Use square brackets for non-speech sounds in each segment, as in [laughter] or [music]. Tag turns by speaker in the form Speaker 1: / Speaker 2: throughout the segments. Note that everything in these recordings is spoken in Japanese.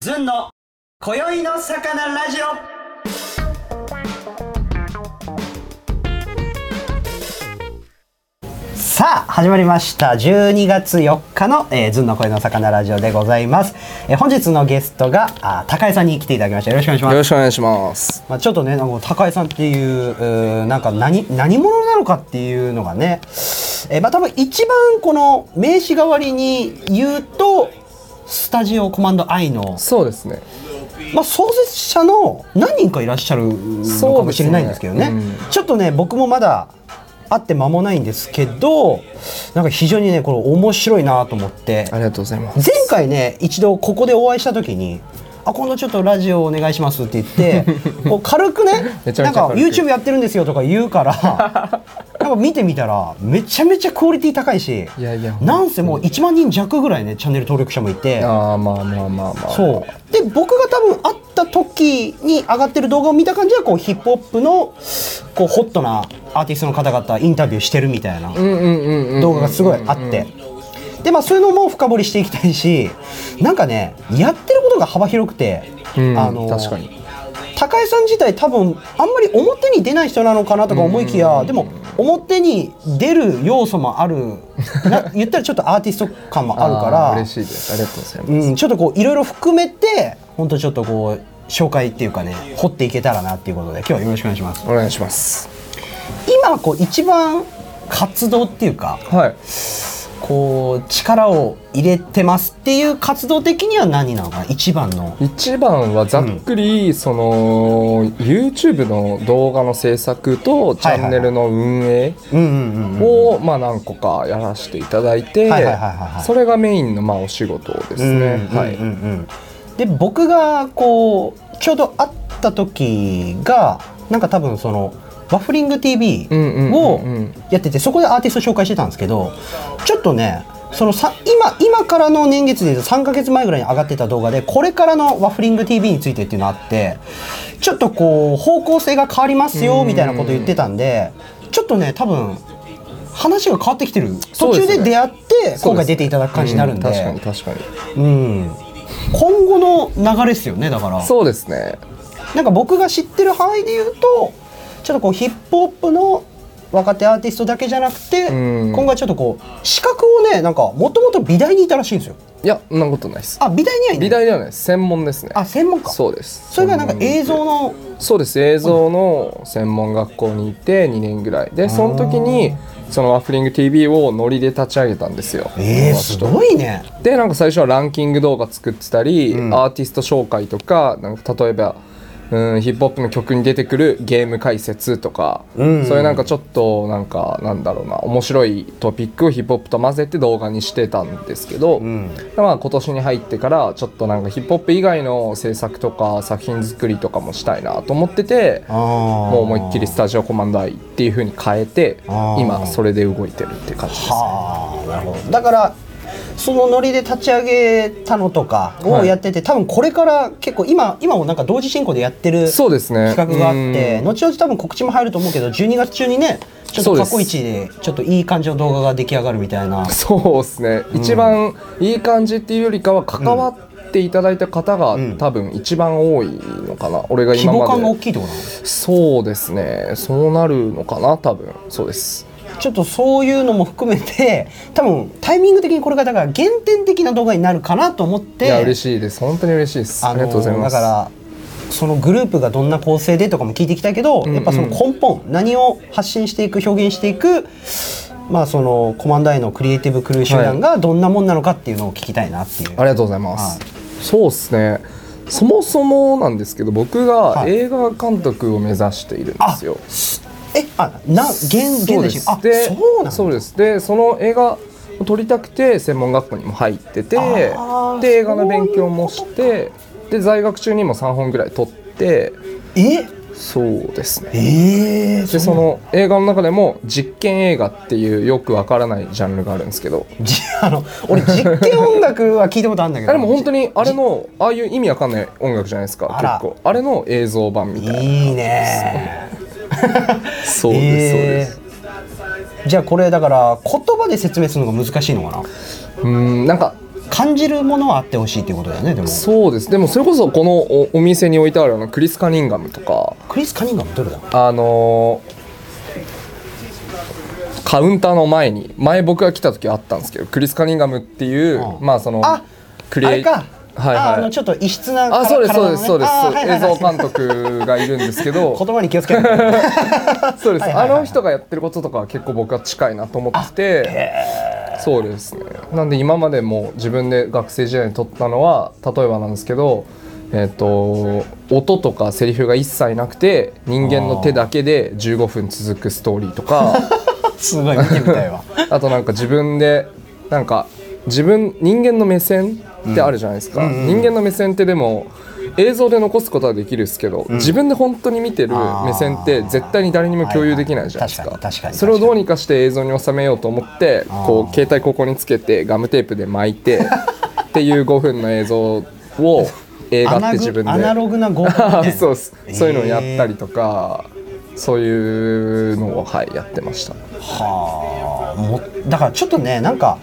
Speaker 1: ずんの今宵の魚ラジオさあ始まりました12月4日の、えー、ずんの声の魚ラジオでございます、えー本日のゲストがあー高井さんに来ていただきましたよろしくお願いします
Speaker 2: よろしくお願いします。
Speaker 1: まあ、ちょっとね、なんか高井さんっていう、うーなんか何、何者なのかっていうのがね、えーまあ、多分一番この名刺代わりに言うと、スタジオコマンド I の、
Speaker 2: そうですね。
Speaker 1: まあ、創設者の何人かいらっしゃるのかもしれないんですけどね
Speaker 2: そうですね
Speaker 1: ちょっとね僕もまだ会って間もないんですけどなんか非常にねこれ面白いなと思って
Speaker 2: ありがとうございます。
Speaker 1: 前回ね一度ここでお会いした時に「あ今度ちょっとラジオお願いします」って
Speaker 2: [laughs]
Speaker 1: 言ってこう軽くね
Speaker 2: めちゃ
Speaker 1: な
Speaker 2: め
Speaker 1: ん
Speaker 2: ちゃ
Speaker 1: か
Speaker 2: 軽く
Speaker 1: YouTube やってるんですよとか言うから
Speaker 2: [laughs]
Speaker 1: なんか見てみたらめちゃめちゃクオリティ高いし
Speaker 2: いやいや
Speaker 1: なんせもう1万人弱ぐらいねチャンネル登録者もいて
Speaker 2: ああ、まあまあまあまあ。
Speaker 1: そうで僕が多分会った時に上がってる動画を見た感じはこうヒップホップのこうホットなアーティストの方々インタビューしてるみたいな。
Speaker 2: うんうんうんうん。
Speaker 1: 動画がすごいあって、でまあそういうのも深掘りしていきたいしなんかねやってることが幅広くて、
Speaker 2: うん
Speaker 1: あの
Speaker 2: 確かに
Speaker 1: 高井さん自体多分あんまり表に出ない人なのかなとか思いきや、でも表に出る要素もあるな言ったらちょっとアーティスト感もあるか
Speaker 2: [laughs] あー
Speaker 1: ら
Speaker 2: 嬉しいです。ありがとうございます。
Speaker 1: うん、ちょっとこういろいろ含めて本当ちょっとこう紹介っていうかね掘っていけたらなっていうことで今日はよろしくお願いします。
Speaker 2: お願いします。
Speaker 1: 今こう一番活動っていうか
Speaker 2: はい。
Speaker 1: こう力を入れてますっていう活動的には何なのかな一番の
Speaker 2: 一番はざっくり、その YouTube の動画の制作とチ
Speaker 1: はいはい
Speaker 2: ャンネルの運営
Speaker 1: うんうんうんうん
Speaker 2: をまあ何個かやらせていただいて
Speaker 1: はいはいはいはいはい
Speaker 2: それがメインのまあお仕事ですね、
Speaker 1: うんうんうんうん
Speaker 2: はい
Speaker 1: で僕がこうちょうど会った時がなんか多分そのワッフリング TV
Speaker 2: うんうん
Speaker 1: を
Speaker 2: うんうん
Speaker 1: やっててそこでアーティスト紹介してたんですけどちょっとねそのさ今今からの年月でいうと3ヶ月前ぐらいに上がってた動画でこれからのワッフリング TV についてっていうのがあってちょっとこう方向性が変わりますよみたいなこと言ってたんでちょっとね多分話が変わってきてる
Speaker 2: そ
Speaker 1: 途
Speaker 2: うで
Speaker 1: 中
Speaker 2: すね
Speaker 1: で出会って今回出ていただく感じになるんで
Speaker 2: う確かに確かに
Speaker 1: うん、今後の流れですよねだから
Speaker 2: そうですね
Speaker 1: なんか僕が知ってる範囲で言うとちょっとこうヒップホップの若手アーティストだけじゃなくて、
Speaker 2: うん
Speaker 1: 今後はちょっとこう資格をねなんかもともと美大にいたらしいんですよ
Speaker 2: いやそんなことないです
Speaker 1: あ美大にはいない
Speaker 2: 美大ではないです専門ですね
Speaker 1: あ専門か
Speaker 2: そうです
Speaker 1: それがなんか映像の
Speaker 2: そうです映像の専門学校にいて2年ぐらいでその時にそのワッフリング TV をノリで立ち上げたんですよ
Speaker 1: えー、
Speaker 2: 友
Speaker 1: す
Speaker 2: 達と
Speaker 1: ごいね
Speaker 2: でなんか最初はランキング動画作ってたり、
Speaker 1: ん
Speaker 2: アーティスト紹介とかなんか例えばうんヒップホップの曲に出てくるゲーム解説とか、
Speaker 1: うん
Speaker 2: そういうなんかちょっとなんかなんだろうな面白いトピックをヒップホップと混ぜて動画にしてたんですけど、
Speaker 1: ん
Speaker 2: まあ、今年に入ってからちょっとなんかヒップホップ以外の制作とか作品作りとかもしたいなと思ってて
Speaker 1: あー
Speaker 2: もう思いっきりスタジオコマンド I っていう風に変えて
Speaker 1: あー
Speaker 2: 今それで動いてるって感じです。
Speaker 1: はあなるほどだからそのノリで立ち上げたのとかをやってて、多分これから結構今今もなんか同時進行でやってる
Speaker 2: そうですね
Speaker 1: 企画があって、
Speaker 2: うん
Speaker 1: 後々多分告知も入ると思うけど12月中にねちょっ
Speaker 2: そ
Speaker 1: と
Speaker 2: うで
Speaker 1: 過
Speaker 2: す
Speaker 1: 去一でちょっといい感じの動画が出来上がるみたいな
Speaker 2: [laughs] そうですね、一番いい感じっていうよりかは関わっていただいた方が多分一番多いのかな、俺が
Speaker 1: 規
Speaker 2: 今
Speaker 1: 模感が
Speaker 2: ま
Speaker 1: 大
Speaker 2: で
Speaker 1: きいってことな
Speaker 2: そうですねそうなるのかな多分そうです
Speaker 1: のちょっとそういうのも含めて多分タイミング的にこれがだから原点的な動画になるかなと思って
Speaker 2: いや嬉しいです本当に嬉しいですあ
Speaker 1: あの
Speaker 2: りがとうございます
Speaker 1: だからそのグループがどんな構成でとかも聞いていきたいけど、やっぱその根本何を発信していく表現していくまあそのコマンダーへのクリエイティブクルー集団がどんなもんなのかっていうのを聞きたいなっていう、
Speaker 2: ありがとうございます、そうですねそもそもなんですけど僕が映画監督を目指しているんですよ、
Speaker 1: えあな現現
Speaker 2: そ
Speaker 1: 在
Speaker 2: うで
Speaker 1: 進
Speaker 2: す
Speaker 1: 行あ
Speaker 2: で
Speaker 1: そうなんだ
Speaker 2: そうですでその映画を撮りたくて専門学校にも入ってて
Speaker 1: あー
Speaker 2: で映画の勉強もしてで在学中にも3本ぐらい撮って
Speaker 1: え
Speaker 2: そうですね
Speaker 1: えー、
Speaker 2: でその映画の中でも実験映画っていうよくわからないジャンルがあるんですけど
Speaker 1: じあの俺実験音楽は聞いたことあるんだけ
Speaker 2: あ
Speaker 1: ど
Speaker 2: れも本当にあれのああいう意味わかんない音楽じゃないですか
Speaker 1: あら
Speaker 2: 結構あれの映像版みたいない
Speaker 1: いね
Speaker 2: そうですそうで
Speaker 1: え
Speaker 2: す
Speaker 1: ーじゃあこれだから言葉で説明するのが難しいのかな
Speaker 2: うーんなんか
Speaker 1: 感じるものはあってほしいっていうことだよねでも
Speaker 2: そうですでもそれこそこのおお店に置いてあるあのクリス・カニンガムとか
Speaker 1: クリス・カニンガムどれだ
Speaker 2: あのーカウンターの前に前僕が来た時あったんですけどクリス・カニンガムっていう、
Speaker 1: うん
Speaker 2: まあその
Speaker 1: あ
Speaker 2: ク
Speaker 1: あれか
Speaker 2: はい
Speaker 1: ああ
Speaker 2: は
Speaker 1: の
Speaker 2: い
Speaker 1: ちょっと異質な
Speaker 2: あ
Speaker 1: か
Speaker 2: そうですそ
Speaker 1: 体のね
Speaker 2: うですそうです、
Speaker 1: あーはいはいはい
Speaker 2: 映像監督がいるんですけ
Speaker 1: [laughs]
Speaker 2: ど
Speaker 1: 言葉に気をつけて
Speaker 2: [laughs]
Speaker 1: は
Speaker 2: そうです、
Speaker 1: はいはいはい
Speaker 2: あの人がやってることとかは結構僕は近いなと思っててそうですねなんで今までも自分で学生時代に撮ったのは例えばなんですけどえっ、と音とかセリフが一切なくて人間の手だけで15分続くストーリー
Speaker 1: [laughs]
Speaker 2: とか
Speaker 1: すごい見てみたいわ
Speaker 2: あとなんか自分でなんか自分人間の目線ってあるじゃないですか、人間の目線ってでも映像で残すことはできるですけど、自分で本当に見てる目線って絶対に誰にも共有できないじゃないです
Speaker 1: は
Speaker 2: か,、
Speaker 1: いはい確かに確かに
Speaker 2: それをどうにかして映像に収めようと思って
Speaker 1: あー
Speaker 2: こう携帯ここにつけてガムテープで巻
Speaker 1: [laughs]
Speaker 2: いてっていう5分の映像を [laughs] 映画って自分で
Speaker 1: アナログなゴー
Speaker 2: あ
Speaker 1: みたいな
Speaker 2: ー [laughs] そうです、そういうのをやったり
Speaker 1: え
Speaker 2: とかそういうのを、はい、やってました。
Speaker 1: ーはあもだからちょっとねなんか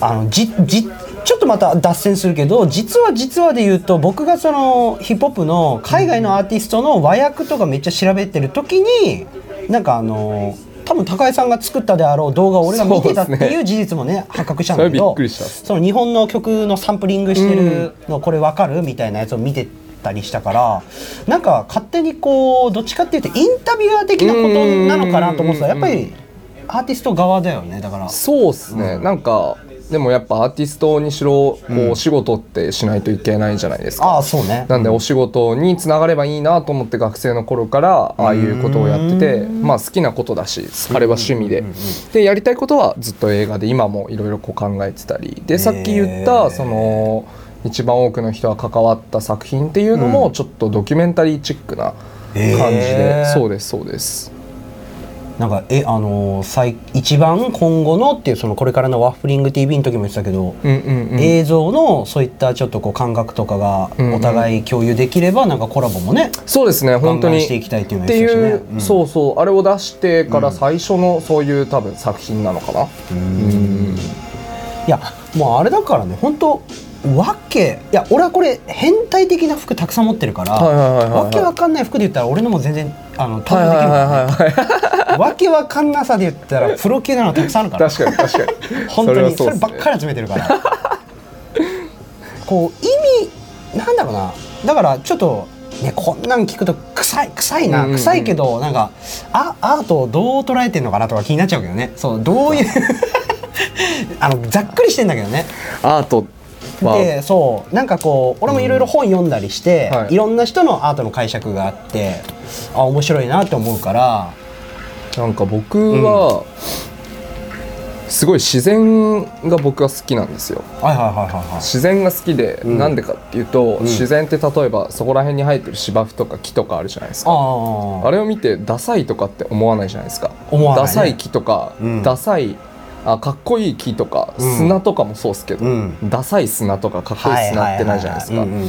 Speaker 1: あのじじちょっとまた脱線するけど実は実はで言うと僕がそのヒップホップの海外のアーティストの和訳とかめっちゃ調べてる時になんかあの多分高井さんが作ったであろう動画を俺が見てたって
Speaker 2: そうです
Speaker 1: いう事実もね発覚したんだけ
Speaker 2: それはび
Speaker 1: ど
Speaker 2: っくりした
Speaker 1: その日本の曲のサンプリングしてるのこれわかるみたいなやつを見てたりしたからなんか勝手にこうどっちかっていうとインタビュアー的なことなのかなと思ってたらやっぱりアーティスト側だよねだから。
Speaker 2: そうですね、なんかでもやっぱアーティストにしろこうお仕事ってしないといけないじゃないですか、
Speaker 1: ああそうね
Speaker 2: なんでお仕事につながればいいなと思って学生の頃からああいうことをやってて、まあ、好きなことだしあれは趣味で、でやりたいことはずっと映画で今もいろいろこう考えてたりでさっき言っ
Speaker 1: へー
Speaker 2: たその一番多くの人が関わった作品っていうのもちょっとドキュメンタリーチックな感じ
Speaker 1: へ
Speaker 2: で、
Speaker 1: ー
Speaker 2: そうですそうです。
Speaker 1: なんかえあのー最一番今後のっていうそのこれからのワッフリング TV の時も言ってたけど、
Speaker 2: うんうんうん
Speaker 1: 映像のそういったちょっとこう感覚とかが
Speaker 2: んうん
Speaker 1: お互い共有できればなんかコラボもね、
Speaker 2: そうですね本当
Speaker 1: ガンガン
Speaker 2: に
Speaker 1: していきたいっていうのを
Speaker 2: って
Speaker 1: 言ってたしね
Speaker 2: いう
Speaker 1: うん
Speaker 2: そうそうあれを出してから最初のそういう多分作品なのかな、
Speaker 1: いやもうあれだからね本当わけいや俺はこれ変態的な服たくさん持ってるから、
Speaker 2: はいはいはいはいはい
Speaker 1: わけわかんない服で言ったら俺のも全然あの
Speaker 2: はい
Speaker 1: 対応
Speaker 2: は
Speaker 1: でき
Speaker 2: い
Speaker 1: るから
Speaker 2: はいはい
Speaker 1: わけわかんなさで言ったらプロ級なのたくさんあるから
Speaker 2: [laughs] 確かに確かに
Speaker 1: 本当にそれ
Speaker 2: はうっすね
Speaker 1: ばっかり集めてるから [laughs] こう意味なんだろうなだからちょっと、ね、こんなん聞くと臭い臭いな、
Speaker 2: うんうんうん
Speaker 1: 臭いけどなんかあアートをどう捉えてるのかなとか気になっちゃうけどねそうどういう [laughs] あのざっくりしてんだけどね
Speaker 2: アートは
Speaker 1: でそうなんかこう俺もいろいろ本読んだりして、
Speaker 2: はい
Speaker 1: い、ろんな人のアートの解釈があってあ面白いなって思うから
Speaker 2: なんか僕は、すごい自然が僕は好きなんですよ
Speaker 1: はいはいはいはいはい
Speaker 2: 自然が好きで、なんでかっていうと、自然って例えばそこら辺に生えてる芝生とか木とかあるじゃないですか
Speaker 1: ああ
Speaker 2: あれを見てダサいとかって思わないじゃないですか
Speaker 1: 思わないね
Speaker 2: ダサい木とか、
Speaker 1: うん
Speaker 2: ダサいあかっこいい木とか、
Speaker 1: ん
Speaker 2: 砂とかもそうですけど、
Speaker 1: うん
Speaker 2: ダサい砂とかかっこいい砂ってないじゃないですか
Speaker 1: うんうんうん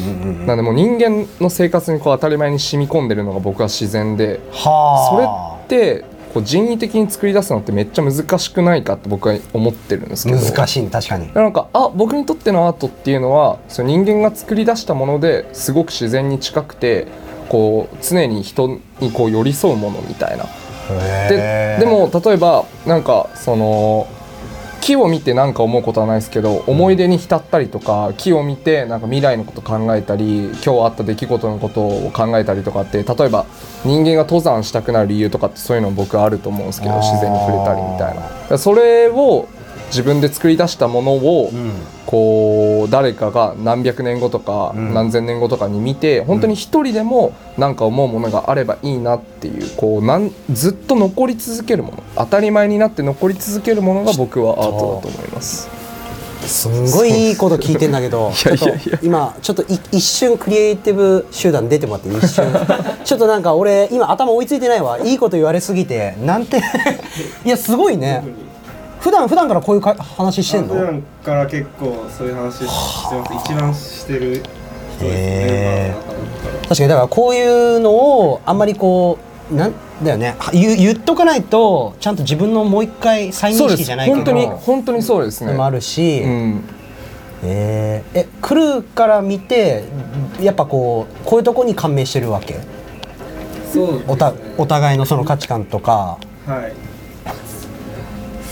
Speaker 1: うん
Speaker 2: なんでもう人間の生活にこう当たり前に染み込んでるのが僕は自然で
Speaker 1: はあ
Speaker 2: それってこう人為的に作り出すのってめっちゃ難しくないかって僕は思ってるんですけど
Speaker 1: 難しいね確かに
Speaker 2: なんかあ僕にとってのアートっていうのはその人間が作り出したものですごく自然に近くてこう常に人にこう寄り添うものみたいな。ででも例えばなんかその木を見て何か思うことはないですけど思い出に浸ったりとか木を見てなんか未来のこと考えたり今日あった出来事のことを考えたりとかって例えば人間が登山したくなる理由とかってそういうの僕はあると思うんですけど
Speaker 1: あー
Speaker 2: 自然に触れたりみたいなだからそれを自分で作り出したものを、こう誰かが何百年後とか
Speaker 1: ん
Speaker 2: 何千年後とかに見て、本当に一人でも何か思うものがあればいいなっていうこうなんずっと残り続けるもの当たり前になって残り続けるものが僕はアートだと思います
Speaker 1: すんごいいいこと聞いてんだけど
Speaker 2: [laughs] いやいやいや
Speaker 1: ちょっと今ちょっとい一瞬クリエイティブ集団出てもらっていい一
Speaker 2: [laughs]
Speaker 1: 瞬ちょっとなんか俺今頭追いついてないわいいこと言われすぎてなん
Speaker 2: [laughs]
Speaker 1: ていやすごいね普段普段からこういうか話してん
Speaker 3: 普
Speaker 1: の
Speaker 3: 段から結構そういう話してます一番してる人です
Speaker 1: へー
Speaker 3: ねまあ中だったら
Speaker 1: 確かにだからこういうのをあんまりこうなんだよねは言う言っとかないとちゃんと自分のもう一回再認
Speaker 2: そうで
Speaker 1: 識じ
Speaker 2: す
Speaker 1: ゃないけど
Speaker 2: 本当に本当にそうですね
Speaker 1: もあるし、
Speaker 2: うん
Speaker 1: えー、え来るから見てやっぱこうこういうとこに感銘してるわけ
Speaker 3: そうですね
Speaker 1: おたお互いのその価値観とか
Speaker 3: はい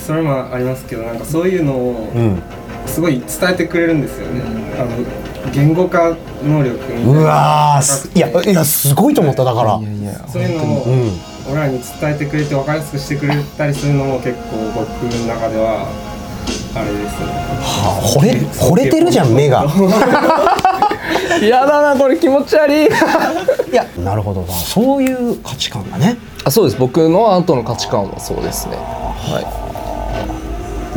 Speaker 3: それもありますけどなんかそういうのを
Speaker 1: うん
Speaker 3: すごい伝えてくれるんですよね、あの言語化能力みたいなの
Speaker 1: う
Speaker 3: が
Speaker 1: わー
Speaker 3: 高く
Speaker 1: す
Speaker 3: て
Speaker 1: いやいやすごいと思っただから
Speaker 2: いやいや
Speaker 3: そういうのを
Speaker 1: うん
Speaker 3: 俺らに伝えてくれて分かりやすくしてくれたりするのも結構僕の中ではあれですね
Speaker 1: あ惚れ惚れてるじゃん目 [laughs] が
Speaker 2: やだなこれ気持ち悪い [laughs]
Speaker 1: いやなるほどなそういう価値観がね
Speaker 2: あそうです僕のアートの価値観はそうですねはい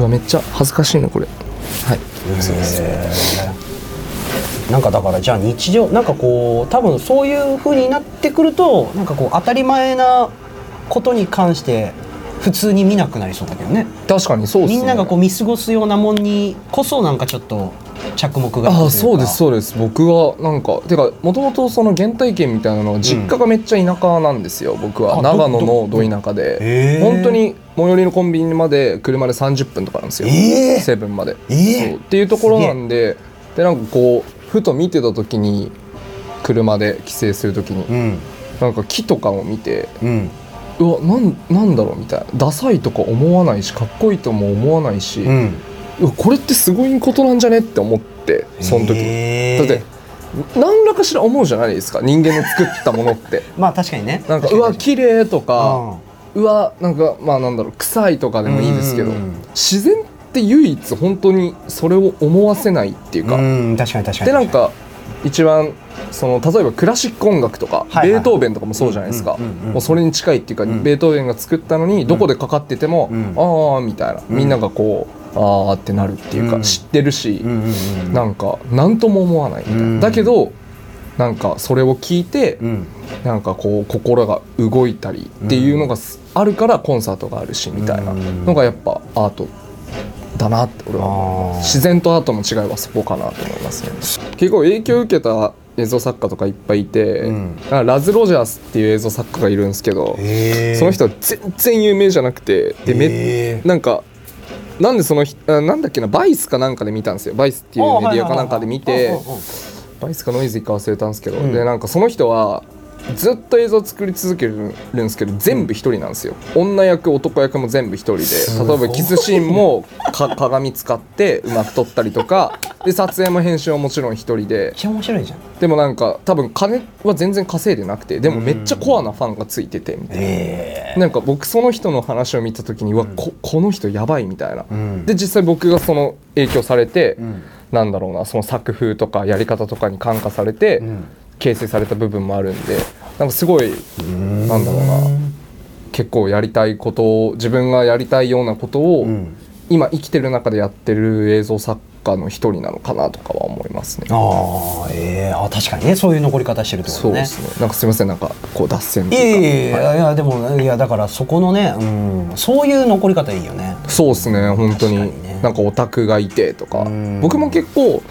Speaker 2: うわめっちゃ恥ずかしいなこれはい
Speaker 1: なんかだからじゃあ日常なんかこう多分そういう風になってくるとなんかこう当たり前なことに関して普通に見なくなりそうだけどね
Speaker 2: 確かにそうですね
Speaker 1: みんながこう見過ごすようなもんにこそなんかちょっと着目がいくといか
Speaker 2: ああそうですそうです僕はなんかてかもともとその原体験みたいなのは実家がめっちゃ田舎なんですよ、僕
Speaker 1: あ
Speaker 2: は
Speaker 1: ど
Speaker 2: 長野
Speaker 1: ど
Speaker 2: のど田舎
Speaker 1: へ
Speaker 2: で
Speaker 1: ー
Speaker 2: 本当に最寄りのコンビニまで車で30分とかなんですよ、
Speaker 1: えー
Speaker 2: セブンまで、
Speaker 1: えー
Speaker 2: そうっていうところなんででなんかこうふと見てた時に車で帰省する時に、
Speaker 1: うん
Speaker 2: なんか木とかを見て
Speaker 1: うん
Speaker 2: うわなんなんだろうみたいなダサいとか思わないしかっこいいとも思わないし、
Speaker 1: うん
Speaker 2: うわこれってすごいことなんじゃねって思ってその時に、
Speaker 1: へー
Speaker 2: だって何らかしら思うじゃないですか人間の作ったものって
Speaker 1: [laughs] まあ確かにね
Speaker 2: なんかうわ綺麗と
Speaker 1: あ
Speaker 2: か、うわなんかまあなんだろう臭いとかでもいいですけど、
Speaker 1: うん
Speaker 2: 自然って唯一本当にそれを思わせないっていうか、
Speaker 1: うん確かに確かに
Speaker 2: でなんか一番その例えばクラシック音楽とか、
Speaker 1: はいはい
Speaker 2: ベートーベンとかもそうじゃないですか、
Speaker 1: うんうんうん
Speaker 2: もうそれに近いっていうか、
Speaker 1: ん
Speaker 2: ベートーベンが作ったのにどこでかかってても、
Speaker 1: うん
Speaker 2: ああみたいな、
Speaker 1: ん
Speaker 2: みんながこうああってなるっていうか、
Speaker 1: うん
Speaker 2: 知ってるし、
Speaker 1: うんうんうん
Speaker 2: なんか何とも思わないみたいな、
Speaker 1: うん
Speaker 2: だけどなんかそれを聞いて、
Speaker 1: うん
Speaker 2: なんかこう心が動いたりっていうのがすあるからコンサートがあるしみたいな
Speaker 1: うん
Speaker 2: のがやっぱアートだなって俺は思い
Speaker 1: あ
Speaker 2: ま
Speaker 1: ー
Speaker 2: す自然とアートの違いはそこかなと思いますね結構影響を受けた映像作家とかいっぱいいて、
Speaker 1: うん
Speaker 2: なんかラズ・ロジャースっていう映像作家がいるんですけど、
Speaker 1: へー
Speaker 2: その人は全然有名じゃなくてでめ、
Speaker 1: へー
Speaker 2: なんかなんでその人あなんだっけなバイスかなんかで見たんですよバイスっていうメディアかなんかで見て、
Speaker 1: あはいはいはいはい
Speaker 2: バイスかノイズイか忘れたんですけど、
Speaker 1: うん
Speaker 2: でなんかその人はずっと映像作り続けるんですけど全部一人なんですよ、女役男役も全部一人
Speaker 1: すご
Speaker 2: で
Speaker 1: い
Speaker 2: 例えばキスシーンもか [laughs] 鏡使ってうまく撮ったりとかで撮影も編集はもちろん一人で
Speaker 1: めっちゃ面白いじゃん
Speaker 2: でもなんか多分金は全然稼いでなくてでもめっちゃコアなファンがついててみたいな。
Speaker 1: え
Speaker 2: なんか僕その人の話を見た時には、うわここの人やばいみたいな、
Speaker 1: ん
Speaker 2: で実際僕がその影響されて、
Speaker 1: ん
Speaker 2: なんだろうなその作風とかやり方とかに感化されて、
Speaker 1: ん
Speaker 2: 形成された部分もあるんでなんかすごいなんだろうな結構やりたいことを自分がやりたいようなことを、
Speaker 1: ん
Speaker 2: 今生きてる中でやってる映像作家の一人なのかなとかは思いますね。
Speaker 1: あーえー、あ確かにねそういう残り方してるってこと
Speaker 2: そう
Speaker 1: ね
Speaker 2: ですねなんかすいませんなんかこう脱線
Speaker 1: い
Speaker 2: と
Speaker 1: や
Speaker 2: いうか
Speaker 1: いやいやいやでもいやだからそこのね、うん、そういう残り方いいよね
Speaker 2: そうですね本当に
Speaker 1: 確かにね
Speaker 2: なんかオタクがいてとか
Speaker 1: うん
Speaker 2: 僕も結構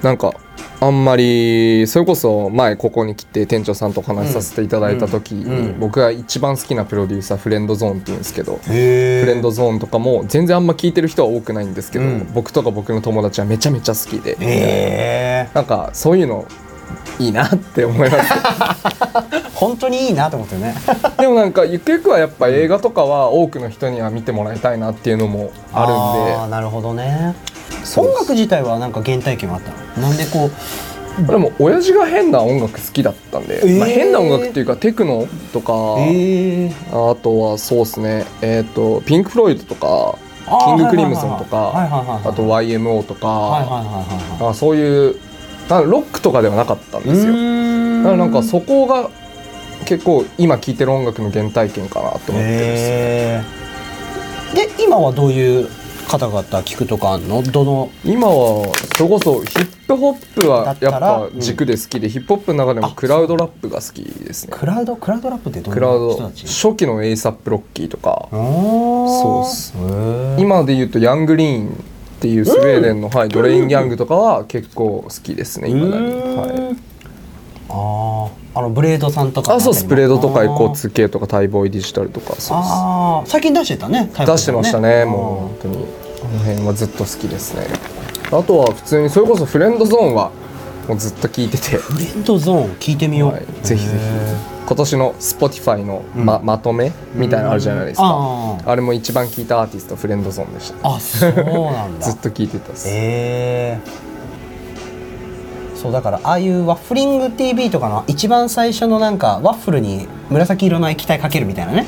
Speaker 2: なんかあんまりそれこそ前ここに来て店長さんとお話しさせていただいた時
Speaker 1: うん
Speaker 2: に
Speaker 1: うん
Speaker 2: 僕が一番好きなプロデューサーフレンドゾーンって言うんですけどフ
Speaker 1: へ
Speaker 2: レンドゾーンとかも全然あんま聞いてる人は多くないんですけど
Speaker 1: うん
Speaker 2: 僕とか僕の友達はめちゃめちゃ好きで
Speaker 1: え
Speaker 2: なんかそういうのいいなって思います
Speaker 1: [laughs] ー、本当にいいなと思って
Speaker 2: [laughs]
Speaker 1: ね
Speaker 2: でもなんかゆくゆくはやっぱ映画とかは多くの人には見てもらいたいなっていうのも
Speaker 1: あー
Speaker 2: あ
Speaker 1: なるほどね
Speaker 2: るんでそう
Speaker 1: 音楽自体はなんか原体験はあったのなんでこう
Speaker 2: でも親父が変な音楽好きだったんで、
Speaker 1: えー
Speaker 2: まあ、変な音楽っていうかテクノとか、
Speaker 1: えー、
Speaker 2: あとはそうですねえっ、とピンク・フロイドとか
Speaker 1: あー
Speaker 2: キング・クリムゾンとか
Speaker 1: はいはいはいはいはいはいはい
Speaker 2: あと YMO とか、
Speaker 1: はいはいはいはい
Speaker 2: あそういうなんかロックとかではなかったんですよだからなんかそこが結構今聴いてる音楽の原体験かなと思ってるんですよ
Speaker 1: へーで今はどういう方々聞くとかあんのどの
Speaker 2: 今はそれこそヒップホップ
Speaker 1: だ
Speaker 2: は
Speaker 1: っ
Speaker 2: や
Speaker 1: たら
Speaker 2: っぱ軸で好きで、ヒップホップの中でもクラウドラップが好きですね
Speaker 1: クラウドクラウドラップってど
Speaker 2: クラウ
Speaker 1: の人
Speaker 2: ド
Speaker 1: たち
Speaker 2: 初期の ASAP ロッキーとか
Speaker 1: そ
Speaker 2: そうっす今で言うとヤングリーンっていうスウェーデンの、はい、ドレイン・ギャングとかは結構好きですね今だに、はい、
Speaker 1: あああのブレードさんとか
Speaker 2: あそうですブレードとかエコー
Speaker 1: あー
Speaker 2: 2K とかタイボーイディジタルとかそうで
Speaker 1: あー最近出してたね
Speaker 2: す出してましたね
Speaker 1: タイプの
Speaker 2: もう本当にこの辺はずっと好きですね
Speaker 1: あ
Speaker 2: あとは普通にそれこそフレンドゾーンはもうずっと聞いてて、
Speaker 1: フレンドゾーン聞いてみよう、
Speaker 2: はいぜひぜひ今年の Spotify のま,、まとめみたいなのあるじゃないで
Speaker 1: う
Speaker 2: す
Speaker 1: ん
Speaker 2: か
Speaker 1: あ
Speaker 2: あれも一番聞いたアーティストフレンドゾーンでした、
Speaker 1: あそうなんだ
Speaker 2: [laughs] ずっと聞いてたっす、
Speaker 1: えー、そうだからああいうワッフリング TV とかの一番最初のなんかワッフルに紫色の液体かけるみたいな
Speaker 2: [laughs]
Speaker 1: ね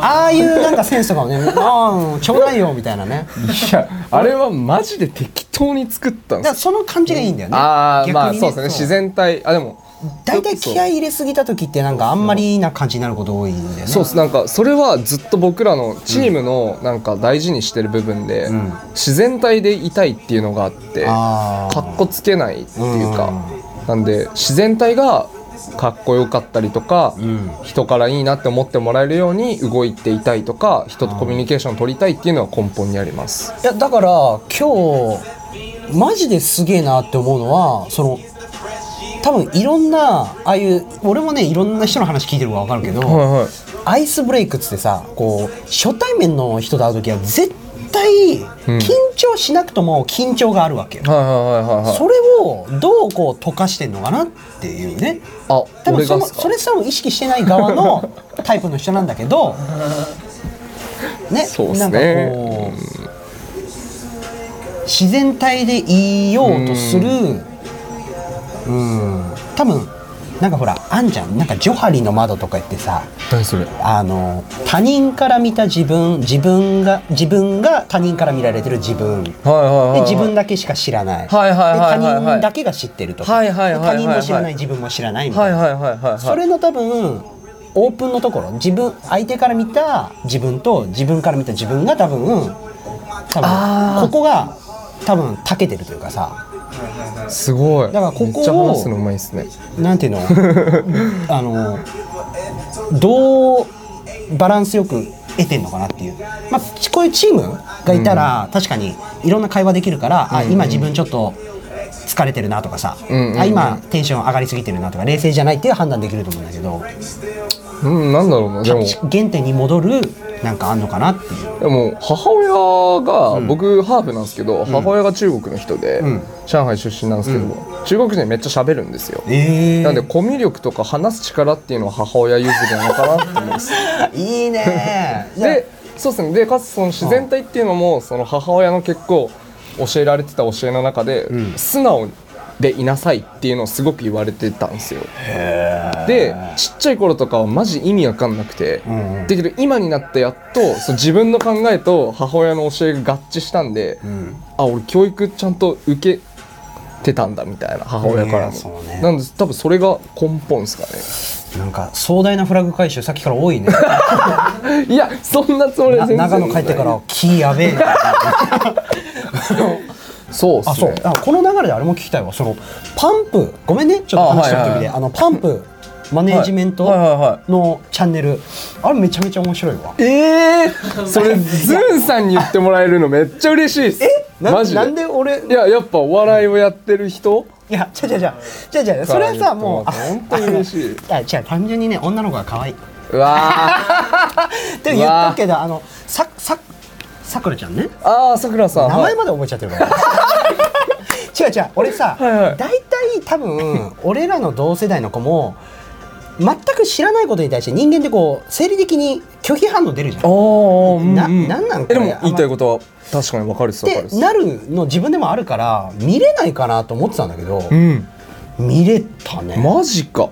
Speaker 1: ああいうなんかセンスとかもね「ああちょうだいよ」みたいなね
Speaker 2: いやあれはマジで適当に作ったん
Speaker 1: だか
Speaker 2: です
Speaker 1: らその感じがいいんだよね
Speaker 2: ああ、まあ
Speaker 1: 逆に
Speaker 2: そうですね自然体あでも
Speaker 1: 大体気合い入れすぎた時ってなんかあんまりな感じになること多いんだよね
Speaker 2: そうっすなんかそれはずっと僕らのチームのなんか大事にしてる部分で、
Speaker 1: ん
Speaker 2: 自然体でいたいっていうのがあって
Speaker 1: あー
Speaker 2: かっこつけないっていうか、なんで自然体がかっこよかったりとか、
Speaker 1: ん
Speaker 2: 人からいいなって思ってもらえるように動いていたいとか人とコミュニケーション取りたいっていうのは根本にあります
Speaker 1: いやだから今日マジですげえなって思うのはその多分いろんなああいう俺もねいろんな人の話聞いてるから分かるけど、
Speaker 2: はいはい
Speaker 1: アイスブレイクっつってさこう初対面の人と会う時は絶対緊張しなくとも緊張があるわけよ、
Speaker 2: はいはいはいはいはい
Speaker 1: それをどうこう溶かしてんのかなっていうね
Speaker 2: あ
Speaker 1: 多分
Speaker 2: 俺
Speaker 1: そ
Speaker 2: がっ
Speaker 1: の
Speaker 2: すか
Speaker 1: それさも意識してない側
Speaker 2: [laughs]
Speaker 1: のタイプの人なんだけどね
Speaker 2: そうっ
Speaker 1: な
Speaker 2: す
Speaker 1: んか
Speaker 2: ね
Speaker 1: こう自然体でいようとするうん多分なんかほらあんじゃんなんかジョハリの窓とか言ってさ
Speaker 2: 何それは
Speaker 1: あの他人から見た自分自分が自分が他人から見られてる自分で
Speaker 2: いはいはい、はい、
Speaker 1: 自分だけしか知らないで
Speaker 2: はいはいはいは
Speaker 1: 他
Speaker 2: いはい
Speaker 1: 人だけが知ってるとか
Speaker 2: は
Speaker 1: で
Speaker 2: いはいはいはい
Speaker 1: 他
Speaker 2: は
Speaker 1: 人も
Speaker 2: い
Speaker 1: 知らない自分も知らないみたいな
Speaker 2: はいはいはいはいはい
Speaker 1: それの多分オープンのところ自分相手から見た自分と自分から見た自分が多分多
Speaker 2: あ
Speaker 1: 分
Speaker 2: ー
Speaker 1: ここが多分たけてるというかさ
Speaker 2: すごい
Speaker 1: だからここを
Speaker 2: めっちゃ話すのうまいですね
Speaker 1: なんていうの
Speaker 2: [laughs]
Speaker 1: あのどうバランスよく得てんのかなっていう、まあ、ちこういうチームがいたら、確かにいろんな会話できるから、あ今自分ちょっと疲れてるなとかさ、
Speaker 2: んうんうん
Speaker 1: あ今テンション上がりすぎてるなとか冷静じゃないっていう判断できると思うんだけど
Speaker 2: うんなんだろうなでも
Speaker 1: 原点に戻るなんかあんのかなっていう。
Speaker 2: でも母親が、僕ハーフなんですけど母親が中国の人で、
Speaker 1: ん
Speaker 2: 上海出身なんですけど、中国人めっちゃ喋るんですよ、
Speaker 1: え
Speaker 2: なんでコミュ力とか話す力っていうのは母親譲りなのかなって思うんです
Speaker 1: いい
Speaker 2: [laughs]
Speaker 1: ねじゃあ
Speaker 2: でそうですねでかつその自然体っていうのもその母親の結構教えられてた教えの中で、素直でいなさいっていうのをすごく言われてたんですよでちっちゃい頃とかはマジ意味わかんなくて、
Speaker 1: んうん
Speaker 2: だけど今になってやっとそう自分の考えと母親の教えが合致したんで、あ俺教育ちゃんと受けてたんだみたいな母親から
Speaker 1: いやそ
Speaker 2: も、
Speaker 1: うね
Speaker 2: なんで多分それが根本ですかね
Speaker 1: なんか壮大なフラグ回収さっきから多いね
Speaker 2: いやそんなつもり
Speaker 1: な
Speaker 2: は [laughs] 全然
Speaker 1: 長野帰ってからキーやべえな
Speaker 2: [laughs] そうっ
Speaker 1: [laughs] あ
Speaker 2: す
Speaker 1: そう
Speaker 2: ね
Speaker 1: あこの流れであれも聞きたいわそのパンプごめんねちょっと話し
Speaker 2: あ
Speaker 1: た
Speaker 2: はい
Speaker 1: 時
Speaker 2: はい
Speaker 1: で
Speaker 2: は
Speaker 1: あのパンプマネージメント
Speaker 2: はいはいは
Speaker 1: のチャンネルあれめちゃめちゃ面白いわ
Speaker 2: ええ
Speaker 1: [laughs]
Speaker 2: ー、それズーンさんに言ってもらえるのめっちゃ嬉しいっす
Speaker 1: な
Speaker 2: マジ
Speaker 1: なんで俺
Speaker 2: いややっぱお笑いをやってる人
Speaker 1: いや違う違う違う違う違うそれはさもうあ
Speaker 2: 本当に嬉しい
Speaker 1: [laughs] あ違う単純にね女の子が可愛いう [laughs]
Speaker 2: わー
Speaker 1: って言ったけどあのさささくらちゃんね
Speaker 2: あーさくらさん
Speaker 1: 名
Speaker 2: は
Speaker 1: 前
Speaker 2: い
Speaker 1: まで覚えちゃってるから [laughs] 違う違う俺さ
Speaker 2: はいはい
Speaker 1: 大体多分俺らの同世代の子も全く知らないことに対して人間ってこう生理的に拒否反応出るじゃん。っ
Speaker 2: おーうん
Speaker 1: な
Speaker 2: うん
Speaker 1: なんなんこ
Speaker 2: え
Speaker 1: れ
Speaker 2: でも言いたいことは確かに分かるっす分か
Speaker 1: て
Speaker 2: るっす
Speaker 1: なるの自分でもあるから見れないかなと思ってたんだけど
Speaker 2: うん
Speaker 1: 見れたね。
Speaker 2: マジか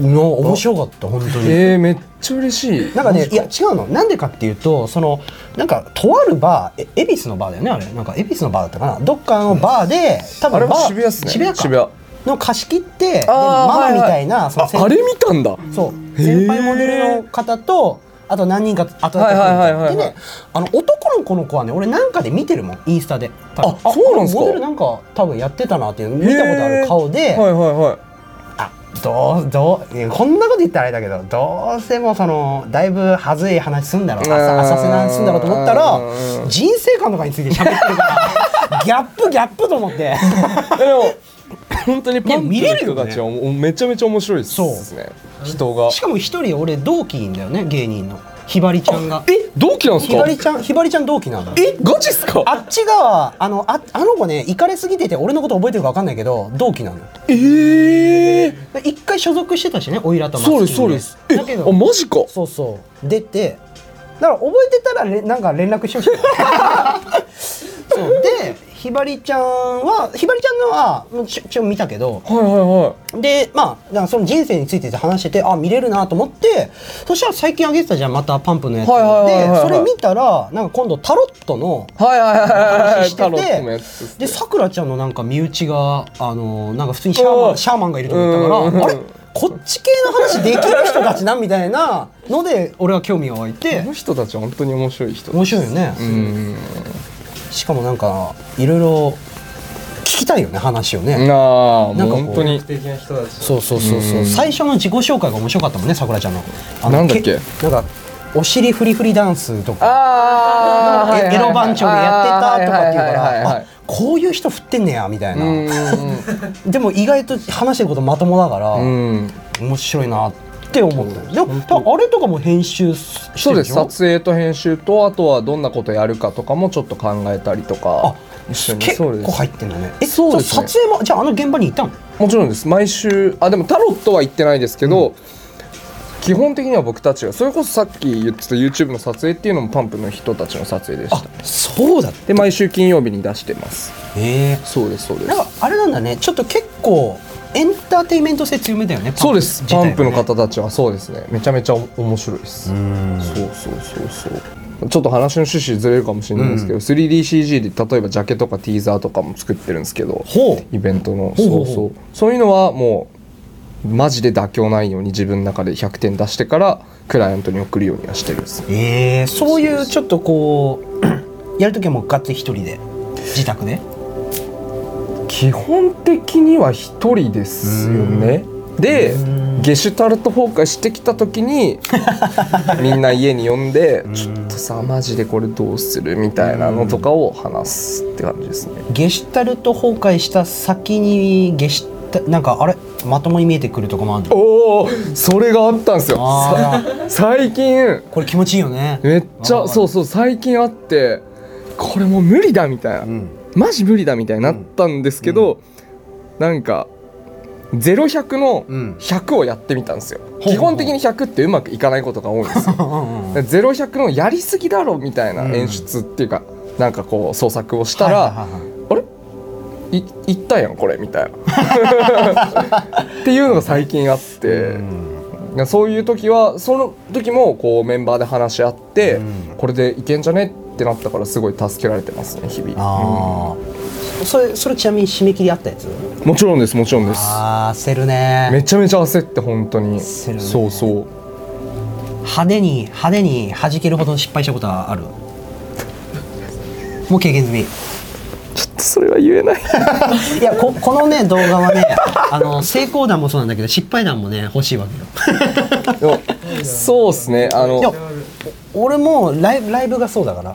Speaker 1: の面白かった本当に。
Speaker 2: えー、めっちゃ嬉しい
Speaker 1: なんか
Speaker 2: マ
Speaker 1: ね
Speaker 2: ジ
Speaker 1: いや違うのなんでかっていうとそのなんかとあるバーえ恵比寿のバーだよねあれなんか恵比寿のバーだったかなどっかのバーで多
Speaker 2: あれ
Speaker 1: 分バ
Speaker 2: は
Speaker 1: ー
Speaker 2: 渋谷っすね
Speaker 1: 渋谷か
Speaker 2: 渋谷
Speaker 1: の貸し切ってで
Speaker 2: あー
Speaker 1: マ
Speaker 2: は
Speaker 1: マ
Speaker 2: い
Speaker 1: み
Speaker 2: はい
Speaker 1: たいなその
Speaker 2: あ
Speaker 1: 先
Speaker 2: あれ見たんだ
Speaker 1: そう
Speaker 2: へ
Speaker 1: 先
Speaker 2: ー
Speaker 1: 輩モデルの方とあと何人か後々来るみたい
Speaker 2: はいはいはいはいはい
Speaker 1: でねあの男の子の子はね俺なんかで見てるもんインスタで多分
Speaker 2: あそうなんすか
Speaker 1: モデルなんか多分やってたなっていう見たことある顔で、
Speaker 2: へーはいはいはい
Speaker 1: あどうどういやこんなこと言ったらあれだけどどうせもうそのだいぶはずい話すんだろう
Speaker 2: うん
Speaker 1: 浅浅瀬なんすんだろうと思ったら
Speaker 2: う
Speaker 1: 人生観とかについて喋ってるからギャップギャップと思っ
Speaker 2: [laughs]
Speaker 1: て
Speaker 2: えでも本当にパ
Speaker 1: いや
Speaker 2: ンプの
Speaker 1: 見れるよ
Speaker 2: 人
Speaker 1: ね
Speaker 2: たちはもうめちゃめちゃ面白いっすね
Speaker 1: そう
Speaker 2: 人が
Speaker 1: しかも一人俺同期いんだよね芸人のひばりちゃんが
Speaker 2: え同期なんです
Speaker 1: ひ
Speaker 2: か
Speaker 1: ばりちゃんひばりちゃん同期なの
Speaker 2: えガチっすか
Speaker 1: あっちがあのああの子ね行かれすぎてて俺のこと覚えてるか分かんないけど同期なの
Speaker 2: ええ
Speaker 1: で一回所属してたしねおいらとマスキ
Speaker 2: そ
Speaker 1: ン
Speaker 2: うですそうですえ
Speaker 1: だけど
Speaker 2: あマジか
Speaker 1: そうそう出てだから覚えてたられなんか連絡してほしい
Speaker 2: [laughs]
Speaker 1: そうでひばりちゃんはひばりちゃんのはうんちょちょ見たけど
Speaker 2: はいはいは
Speaker 1: でまあだからその人生について話しててあ見れるなと思ってそしたら最近あげてたじゃんまたパンプのやつ、
Speaker 2: はいはいはいはいはい
Speaker 1: でそれ見たらなんか今度タロットの
Speaker 2: いはいはいはいは
Speaker 1: 話
Speaker 2: い
Speaker 1: して
Speaker 2: 太郎のやつ
Speaker 1: てでさくらちゃんのなんか身内があのなんか普通にシャー
Speaker 2: う
Speaker 1: マ
Speaker 2: ん
Speaker 1: ンシャーマンがいると思ったからあ
Speaker 2: う
Speaker 1: れ
Speaker 2: ん
Speaker 1: こっち系の話できる人たちなみたいなので俺は興味が湧い
Speaker 2: あ
Speaker 1: て
Speaker 2: の人たちは本当に面白い人
Speaker 1: 面白いよね、
Speaker 2: うん
Speaker 1: しかもなんかいろいろ聞きたいよね話をね、
Speaker 2: なあ
Speaker 1: なん
Speaker 2: も
Speaker 1: かこ
Speaker 2: う
Speaker 1: う
Speaker 2: 本当に
Speaker 3: 的な人たち
Speaker 1: そうそうそうそううん最初の自己紹介が面白かったもんねさくらちゃんのあの
Speaker 2: なんだっけ
Speaker 1: なんかお尻フリフリダンスとか
Speaker 2: あ
Speaker 1: えエロ番長でやってたとかっていうからあ
Speaker 2: う
Speaker 1: こういう人振ってんねやみたいな、
Speaker 2: か
Speaker 1: でも意外と話してることまともだから、
Speaker 2: らうん
Speaker 1: 面白いなって思ったでも
Speaker 2: 本当
Speaker 1: 多分あれとかも編集してるでしょ
Speaker 2: そうです撮影と編集とあとはどんなことやるかとかもちょっと考えたりとか一緒に
Speaker 1: 結
Speaker 2: そうで
Speaker 1: 構
Speaker 2: す
Speaker 1: 入ってんだねえ
Speaker 2: そうですね
Speaker 1: 撮影もじゃああの現場にいたの
Speaker 2: もちろんです毎週あでもタロットは行ってないですけど、基本的には僕たちがそれこそさっき言ってた YouTube の撮影っていうのもパンプの人たちの撮影でした
Speaker 1: そうだっ
Speaker 2: で毎週金曜日に出してます
Speaker 1: え
Speaker 2: そうですそうで
Speaker 1: なん
Speaker 2: す
Speaker 1: かあれなんだねちょっと結構エンターテインメント性強めだよね
Speaker 2: そうです
Speaker 1: 自体
Speaker 2: パ
Speaker 1: もね
Speaker 2: ンプの方たちはそうですねめちゃめちゃ面白いですそう
Speaker 1: うん
Speaker 2: そうそうそうちょっと話の趣旨ずれるかもしれないんですけど、3DCG で例えばジャケとかティーザーとかも作ってるんですけど
Speaker 1: ほう
Speaker 2: イベントの
Speaker 1: ほうほうほう
Speaker 2: そうそうそういうのはもうマジで妥協ないように自分の中で100点出してからクライアントに送るようにはしてるんです
Speaker 1: ええそういうちょっとこう [clears throat] やるときはもうガッツリ一人で自宅で
Speaker 2: 基本的には一人ですよねでゲシュタルト崩壊してきた時 [laughs] にみんな家に呼んでちょっとさマジでこれどうするみたいなのとかを話すって感じですね
Speaker 1: ゲシュタルト崩壊した先にゲシュタなんかあれまともに見えてくるとこもあるの
Speaker 2: おおそれがあったんですよさ
Speaker 1: あー
Speaker 2: 最近
Speaker 1: これ気持ちいいよね
Speaker 2: めっち
Speaker 1: あー
Speaker 2: ゃそうそう最近あってこれもう無理だみたいな、
Speaker 1: うん
Speaker 2: マジ無理だみたいになったんですけど、なんか0100の [laughs]
Speaker 1: うん
Speaker 2: 100をやってみたんですよ、
Speaker 1: ほう
Speaker 2: 基本的に100ってうまくいかないことが多いんですよ
Speaker 1: うんうん
Speaker 2: で0100のやりすぎだろみたいな
Speaker 1: うん
Speaker 2: 演出っていうか、なんかこう創作をしたら、
Speaker 1: はいはいはいはい
Speaker 2: あれいいったやんこれみたい
Speaker 1: [laughs]
Speaker 2: なっていうのが最近あって、そういう時はその時もこうメンバーで話し合って、
Speaker 1: うん
Speaker 2: これでいけんじゃねってなったからすごい助けられてますね日々
Speaker 1: ああそれそれちなみに締め切りあったやつ
Speaker 2: うんもちろんですもちろんです
Speaker 1: ああ焦るね
Speaker 2: めちゃめちゃ焦って本当に
Speaker 1: 焦るね
Speaker 2: そうそう
Speaker 1: 派手に派手に弾けるほど失敗したことはあ
Speaker 2: [laughs]
Speaker 1: るもう経験済み
Speaker 2: ちょっとそれは言えない
Speaker 1: いやここのね動画はねあの成功談もそうなんだけど失敗談もね欲しいわけよ
Speaker 2: [laughs] でもそうですねあの
Speaker 1: いや俺もライブライブがそうだから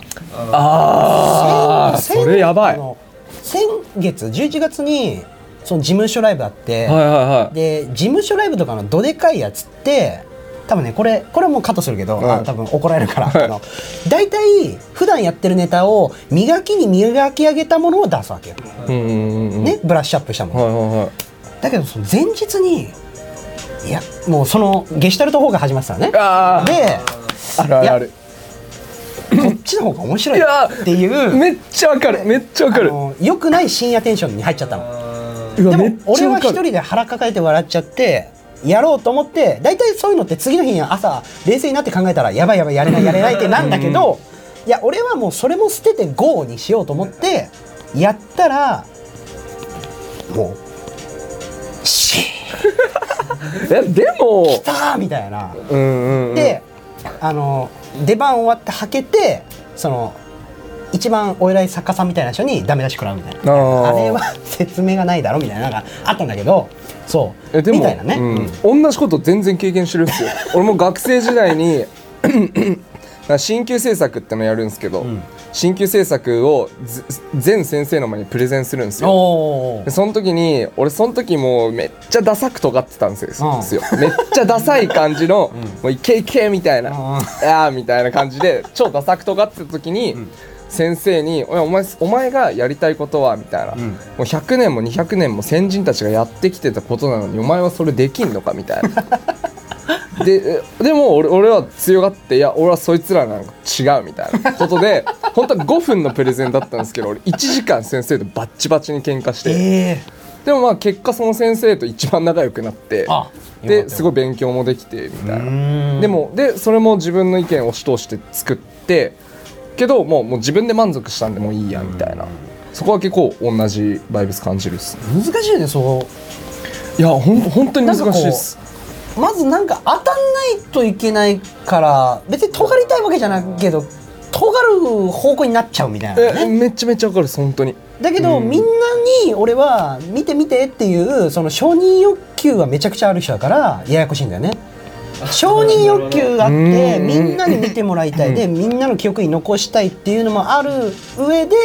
Speaker 2: ああ
Speaker 1: 先
Speaker 2: それやばい
Speaker 1: あ
Speaker 2: はい
Speaker 1: の先月11月にその事務所ライブあって、
Speaker 2: はいはい
Speaker 1: で事務所ライブとかのどでかいやつって多分ねこれこれもうカットするけど、
Speaker 2: はい
Speaker 1: あ多分怒られるから、あの大体普段やってるネタを磨きに磨き上げたものを出すわけよ、
Speaker 2: うんうんうんうん
Speaker 1: ねブラッシュアップしたもの、
Speaker 2: はいはいはい
Speaker 1: だけどその前日にいやもうそのゲシュタルト方が始まってたのね
Speaker 2: あー
Speaker 1: で
Speaker 2: あるあるある
Speaker 1: こっちの方が面白い
Speaker 2: いや
Speaker 1: っていう
Speaker 2: めっちゃわかるめっちゃわかる
Speaker 1: よくない深夜テンションに入っちゃったの
Speaker 2: う
Speaker 1: で
Speaker 2: わめ
Speaker 1: も
Speaker 2: っち
Speaker 1: 俺
Speaker 2: ゃ
Speaker 1: は
Speaker 2: わ
Speaker 1: 一
Speaker 2: かる
Speaker 1: 人で腹抱えて笑っちゃってやろうと思って大体そういうのって次の日に朝冷静になって考えたらやばいやばいやれないやれないってなんだけどいや俺はもうそれも捨てて GO にしようと思ってやったらもうシー
Speaker 2: いやでも
Speaker 1: ターみたいな。
Speaker 2: うんうんうん
Speaker 1: で、あの出番終わってはけてその一番お偉い作家さんみたいな人にダメ出し食らうみたいな
Speaker 2: あー
Speaker 1: あれは説明がないだろみたいなのがあったんだけどそう
Speaker 2: えでも
Speaker 1: みたいなね、うん [laughs]
Speaker 2: [clears throat] うん同じこと全然経験してるんですよ俺も学生時代にから新旧制作ってのやるんですけど、
Speaker 1: ん
Speaker 2: 新旧制作をず全先生の前にプレゼンするんですよ
Speaker 1: お
Speaker 2: でその時に俺その時もうめっちゃダサく尖ってたんですよ、
Speaker 1: うん
Speaker 2: ですよめっちゃダサい感じの、もういけいけみたいな、
Speaker 1: うん
Speaker 2: あーみたいな感じで超ダサく尖ってた時に、先生においお前お前がやりたいことはみたいな、もう100年も200年も先人たちがやってきてたことなのにお前はそれできんのかみたいな
Speaker 1: [laughs]
Speaker 2: でえでも俺俺は強がっていや俺はそいつらなんか違うみたいなことで本当は5分のプレゼンだったんですけど俺1時間先生とバッチバチに喧嘩して、
Speaker 1: え
Speaker 2: でもまあ結果その先生と一番仲良くなって
Speaker 1: あよかった
Speaker 2: ですごい勉強もできてみたいなでもでそれも自分の意見を押し通して作ってけどもうもう自分で満足したんでもういいやみたいなそこは結構同じバイブス感じるっすね
Speaker 1: ー、難しいねそ
Speaker 2: いやほん本当に難しいっす
Speaker 1: うまずなんか当たんないといけないから別に尖りたいわけじゃないけど尖る方向になっちゃうみたいなね
Speaker 2: えめちゃめちゃわかるっす本当に
Speaker 1: だけど、みんなに俺は見て見てっていうその承認欲求はめちゃくちゃある人だからややこしいんだよね承認欲求があっ
Speaker 2: なる
Speaker 1: て
Speaker 2: ほど
Speaker 1: みんなに見てもらいたいでみんなの記憶に残したいっていうのもある上で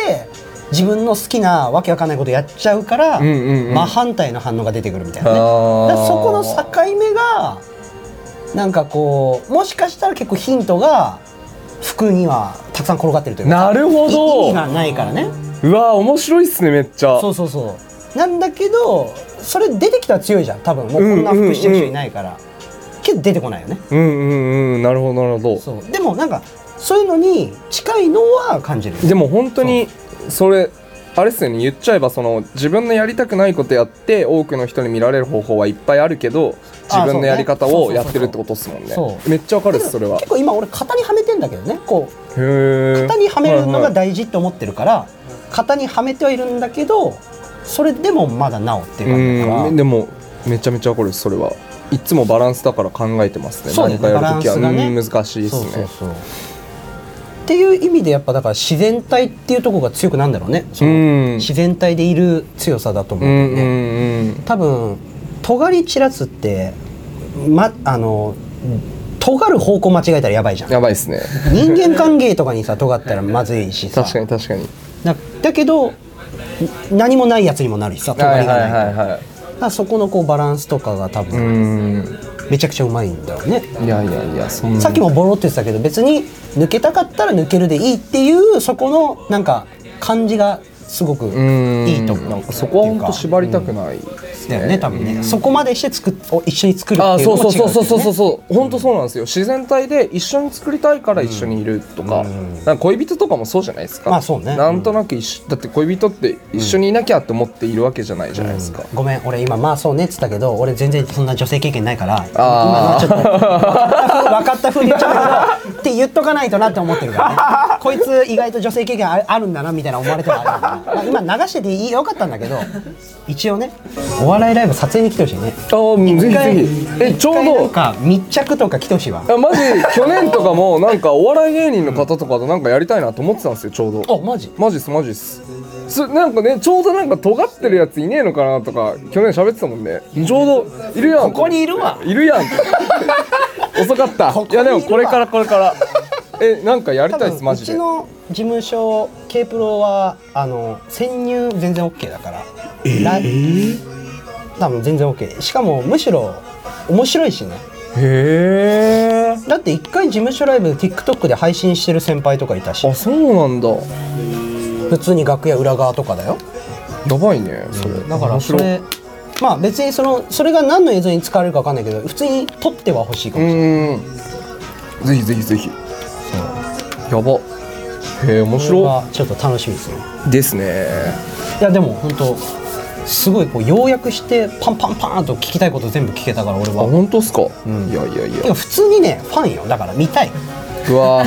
Speaker 1: 自分の好きなわけわかんないことやっちゃうから、
Speaker 2: うんうんうん
Speaker 1: 真反対の反応が出てくるみたいなね
Speaker 2: あー
Speaker 1: だからそこの境目がなんかこうもしかしたら結構ヒントが服にはたくさん転がってるというか
Speaker 2: なるほ
Speaker 1: 意
Speaker 2: ど
Speaker 1: 味がないからね
Speaker 2: うわー面白いっすねめっちゃ
Speaker 1: そうそうそうなんだけどそれ出てきたら強いじゃん多分もうこんな服してる人いないから、けど出てこないよね
Speaker 2: うんうんうんなるほどなるほど
Speaker 1: そうでもなんかそういうのに近いのは感じる
Speaker 2: でも本当にそれあれっすよね言っちゃえばその自分のやりたくないことやって多くの人に見られる方法はいっぱいあるけど
Speaker 1: あ
Speaker 2: 自分のやり方
Speaker 1: そう
Speaker 2: を
Speaker 1: ね
Speaker 2: やってるってことっすもんね
Speaker 1: そう
Speaker 2: めっちゃわかるっすそれはへ
Speaker 1: 結構今俺型にはめてんだけどねこう
Speaker 2: え
Speaker 1: 型にはめるのが大事って思ってるから、型にはめてはいるんだけどそれでもまだなおっていう感じだ
Speaker 2: うん
Speaker 1: か
Speaker 2: でもめちゃめちゃわかるっすそれはいつもバランスだから考えてますね
Speaker 1: そうだよね
Speaker 2: 何かやるときは、
Speaker 1: バランスがね
Speaker 2: うん難しい
Speaker 1: ら
Speaker 2: っす
Speaker 1: そ
Speaker 2: ね
Speaker 1: うそうそうっていう意味でやっぱだから自然体っていうところが強くなんだろうねその
Speaker 2: うん
Speaker 1: 自然体でいる強さだと思
Speaker 2: う
Speaker 1: うんだよ
Speaker 2: ん
Speaker 1: ね、
Speaker 2: うんうん
Speaker 1: 多分尖り散らすってまあの尖る方向間違えたらやばいじゃん
Speaker 2: やばいっすね
Speaker 1: 人間関係とかにさ尖ったらまずいしさ
Speaker 2: [laughs] 確かに確かに
Speaker 1: なだけどん何もないやつにもなるしさ尖
Speaker 2: はい
Speaker 1: りが
Speaker 2: は
Speaker 1: ないい、
Speaker 2: はいは
Speaker 1: だからそこのこうバランスとかが多
Speaker 2: いう
Speaker 1: 分
Speaker 2: ん
Speaker 1: めちゃくちゃうまいんだよね、
Speaker 2: いやいやいやそんな
Speaker 1: さっきもボロって言ってたけど別に抜けたかったら抜けるでいいっていうそこのなんか感じがすごく
Speaker 2: うん
Speaker 1: いいと思う
Speaker 2: なんかそこは本当
Speaker 1: っ
Speaker 2: 縛りたくないです
Speaker 1: ていうかだよね多分ねそこまでして作っお一緒に作る
Speaker 2: あ
Speaker 1: っ
Speaker 2: ー
Speaker 1: ていうの
Speaker 2: そう
Speaker 1: も違う
Speaker 2: そう
Speaker 1: ってい
Speaker 2: そうそ
Speaker 1: ね
Speaker 2: うそうそうそう本当そうなんですよ自然体で一緒に作りたいから一緒にいるとか,、なんか恋人とかもそうじゃないですか
Speaker 1: まあそうね
Speaker 2: なんとなく一緒だって恋人って一緒にいなきゃって思っているわけじゃないじゃないですか、
Speaker 1: ごめん俺今まあそうねっつったけど俺全然そんな女性経験ないから
Speaker 2: あー
Speaker 1: 今のはちょっと分かったふうに言っちゃうけどって言っとかないとなって思ってるからねこいつ意外と女性経験ああるんだなみたいな思われてもあれだから今流してていいよかったんだけど一応ねお笑いライブ撮影に来てほしいね
Speaker 2: ああぜ
Speaker 1: 一
Speaker 2: ひぜひえ
Speaker 1: 回
Speaker 2: ちょ
Speaker 1: 一回なん
Speaker 2: う
Speaker 1: か密着とか来てほしいわ
Speaker 2: どあマジ去年とかもなんかお笑い芸人の方とかとなんかやりたいなと思ってたんですよちょうど
Speaker 1: あマジ
Speaker 2: マジっすマジっすすなんかねちょうどなんか尖ってるやついねえのかなとか去年喋ってたもんねちょうどいるやんこ
Speaker 1: ここにいるわ
Speaker 2: いるや
Speaker 1: [laughs]
Speaker 2: ん遅かった
Speaker 1: ここに
Speaker 2: いやでも
Speaker 1: いるわ
Speaker 2: これからこれからえなんかやり
Speaker 1: 多
Speaker 2: たいです
Speaker 1: 分
Speaker 2: マ
Speaker 1: う
Speaker 2: ジ
Speaker 1: ち
Speaker 2: で
Speaker 1: の事務所 K プロはあの潜入全然 OK だから、ラ多分全然 OK しかもむしろ面白いしね
Speaker 2: へえ
Speaker 1: だって一回事務所ライブで TikTok で配信してる先輩とかいたし
Speaker 2: あそうなんだ
Speaker 1: 普通に楽屋裏側とかだよ
Speaker 2: やばいねそれ
Speaker 1: だから
Speaker 2: 面
Speaker 1: そ
Speaker 2: 白い
Speaker 1: れまあ別にそのそれが何の映像に使われるか分かんないけど普通に撮っては欲しいか
Speaker 2: う
Speaker 1: もしれない、
Speaker 2: ーんぜひぜひぜひやばへえ面
Speaker 1: それ
Speaker 2: 白
Speaker 1: はちょっと楽しみですね
Speaker 2: いですね
Speaker 1: いやでも本当すごいこう要約してパンパンパンと聞きたいこと全部聞けたから俺
Speaker 2: あ
Speaker 1: は
Speaker 2: 本当っすか、いやいやい
Speaker 1: いや
Speaker 2: や
Speaker 1: 普通にねファンよだから見たい、う
Speaker 2: うわ
Speaker 1: [laughs] ん、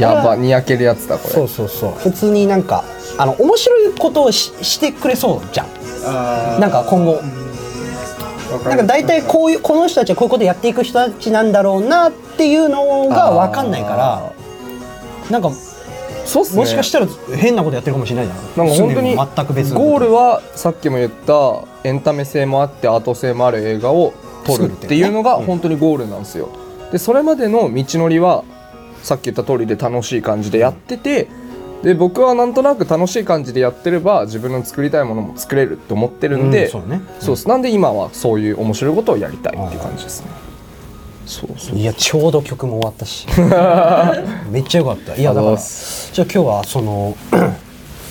Speaker 2: やばにやけるやつだこれ
Speaker 1: そうそうそう普通になんかあの面白いことをししてくれそうじゃん
Speaker 3: あ
Speaker 1: なんか今後
Speaker 3: ーわか
Speaker 1: な
Speaker 3: る
Speaker 1: んか大体こういうこの人たちはこういうことやっていく人たちなんだろうなっていうのが分かんないからなんかも
Speaker 2: そうっすね
Speaker 1: しかしたら変なことやってるかもしれないじゃん
Speaker 2: なんか本当に
Speaker 1: 常全く別のこと
Speaker 2: ゴールはさっきも言ったエンタメ性もあってアート性もある映画を撮るっていうのが本当にゴールなんですよ。でそれまでの道のりはさっき言った通りで楽しい感じでやっててで僕はなんとなく楽しい感じでやってれば自分の作りたいものも作れると思ってるんで、
Speaker 1: うんそうね
Speaker 2: そうですなんで今はそういう面白いことをやりたいっていう感じですね。そうそう
Speaker 1: いやちょうど曲も終わった
Speaker 2: [laughs]
Speaker 1: しめっちゃ良かったいやだか
Speaker 2: ありがとうござい
Speaker 1: ら
Speaker 2: ま
Speaker 1: じゃあ今日はその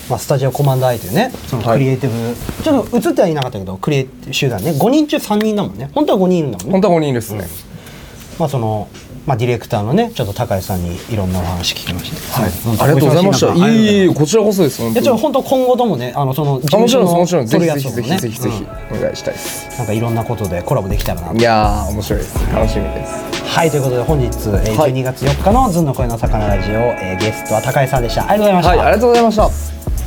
Speaker 1: まあスタジオコマンドアイというねその
Speaker 2: はい
Speaker 1: クリエイティブ、ちょっと映ってはいなかったけどクリエイティブ集団ね5人中3人だもんね本当は5人いるんだもんね
Speaker 2: 本当は5人ですね、
Speaker 1: まあそのまあディレクターのねちょっと高橋さんにいろんなお話聞きましたはい
Speaker 2: ありがとうございました。いえいえいえこちらこそです。本
Speaker 1: い
Speaker 2: 当
Speaker 1: や
Speaker 2: に
Speaker 1: ちょっと本当今後ともねあのその事
Speaker 2: あ
Speaker 1: 務
Speaker 2: もち
Speaker 1: 所
Speaker 2: ろんです
Speaker 1: の
Speaker 2: もちろんです
Speaker 1: 取り
Speaker 2: ぜ
Speaker 1: 合い
Speaker 2: ひ
Speaker 1: と
Speaker 2: ぜ
Speaker 1: か
Speaker 2: ひ
Speaker 1: も
Speaker 2: ぜ
Speaker 1: ね
Speaker 2: ひぜひぜひ
Speaker 1: う
Speaker 2: お願いしたいです。
Speaker 1: んなんかいろんなことでコラボできたらなと
Speaker 2: いやー面白いです。楽しみです。
Speaker 1: はいということで本日、えー
Speaker 2: はい
Speaker 1: 12月4日の「ずんの声の魚ラジオ」えーゲストは高井さんでしたありがとうございました、
Speaker 2: はいありがとうございました。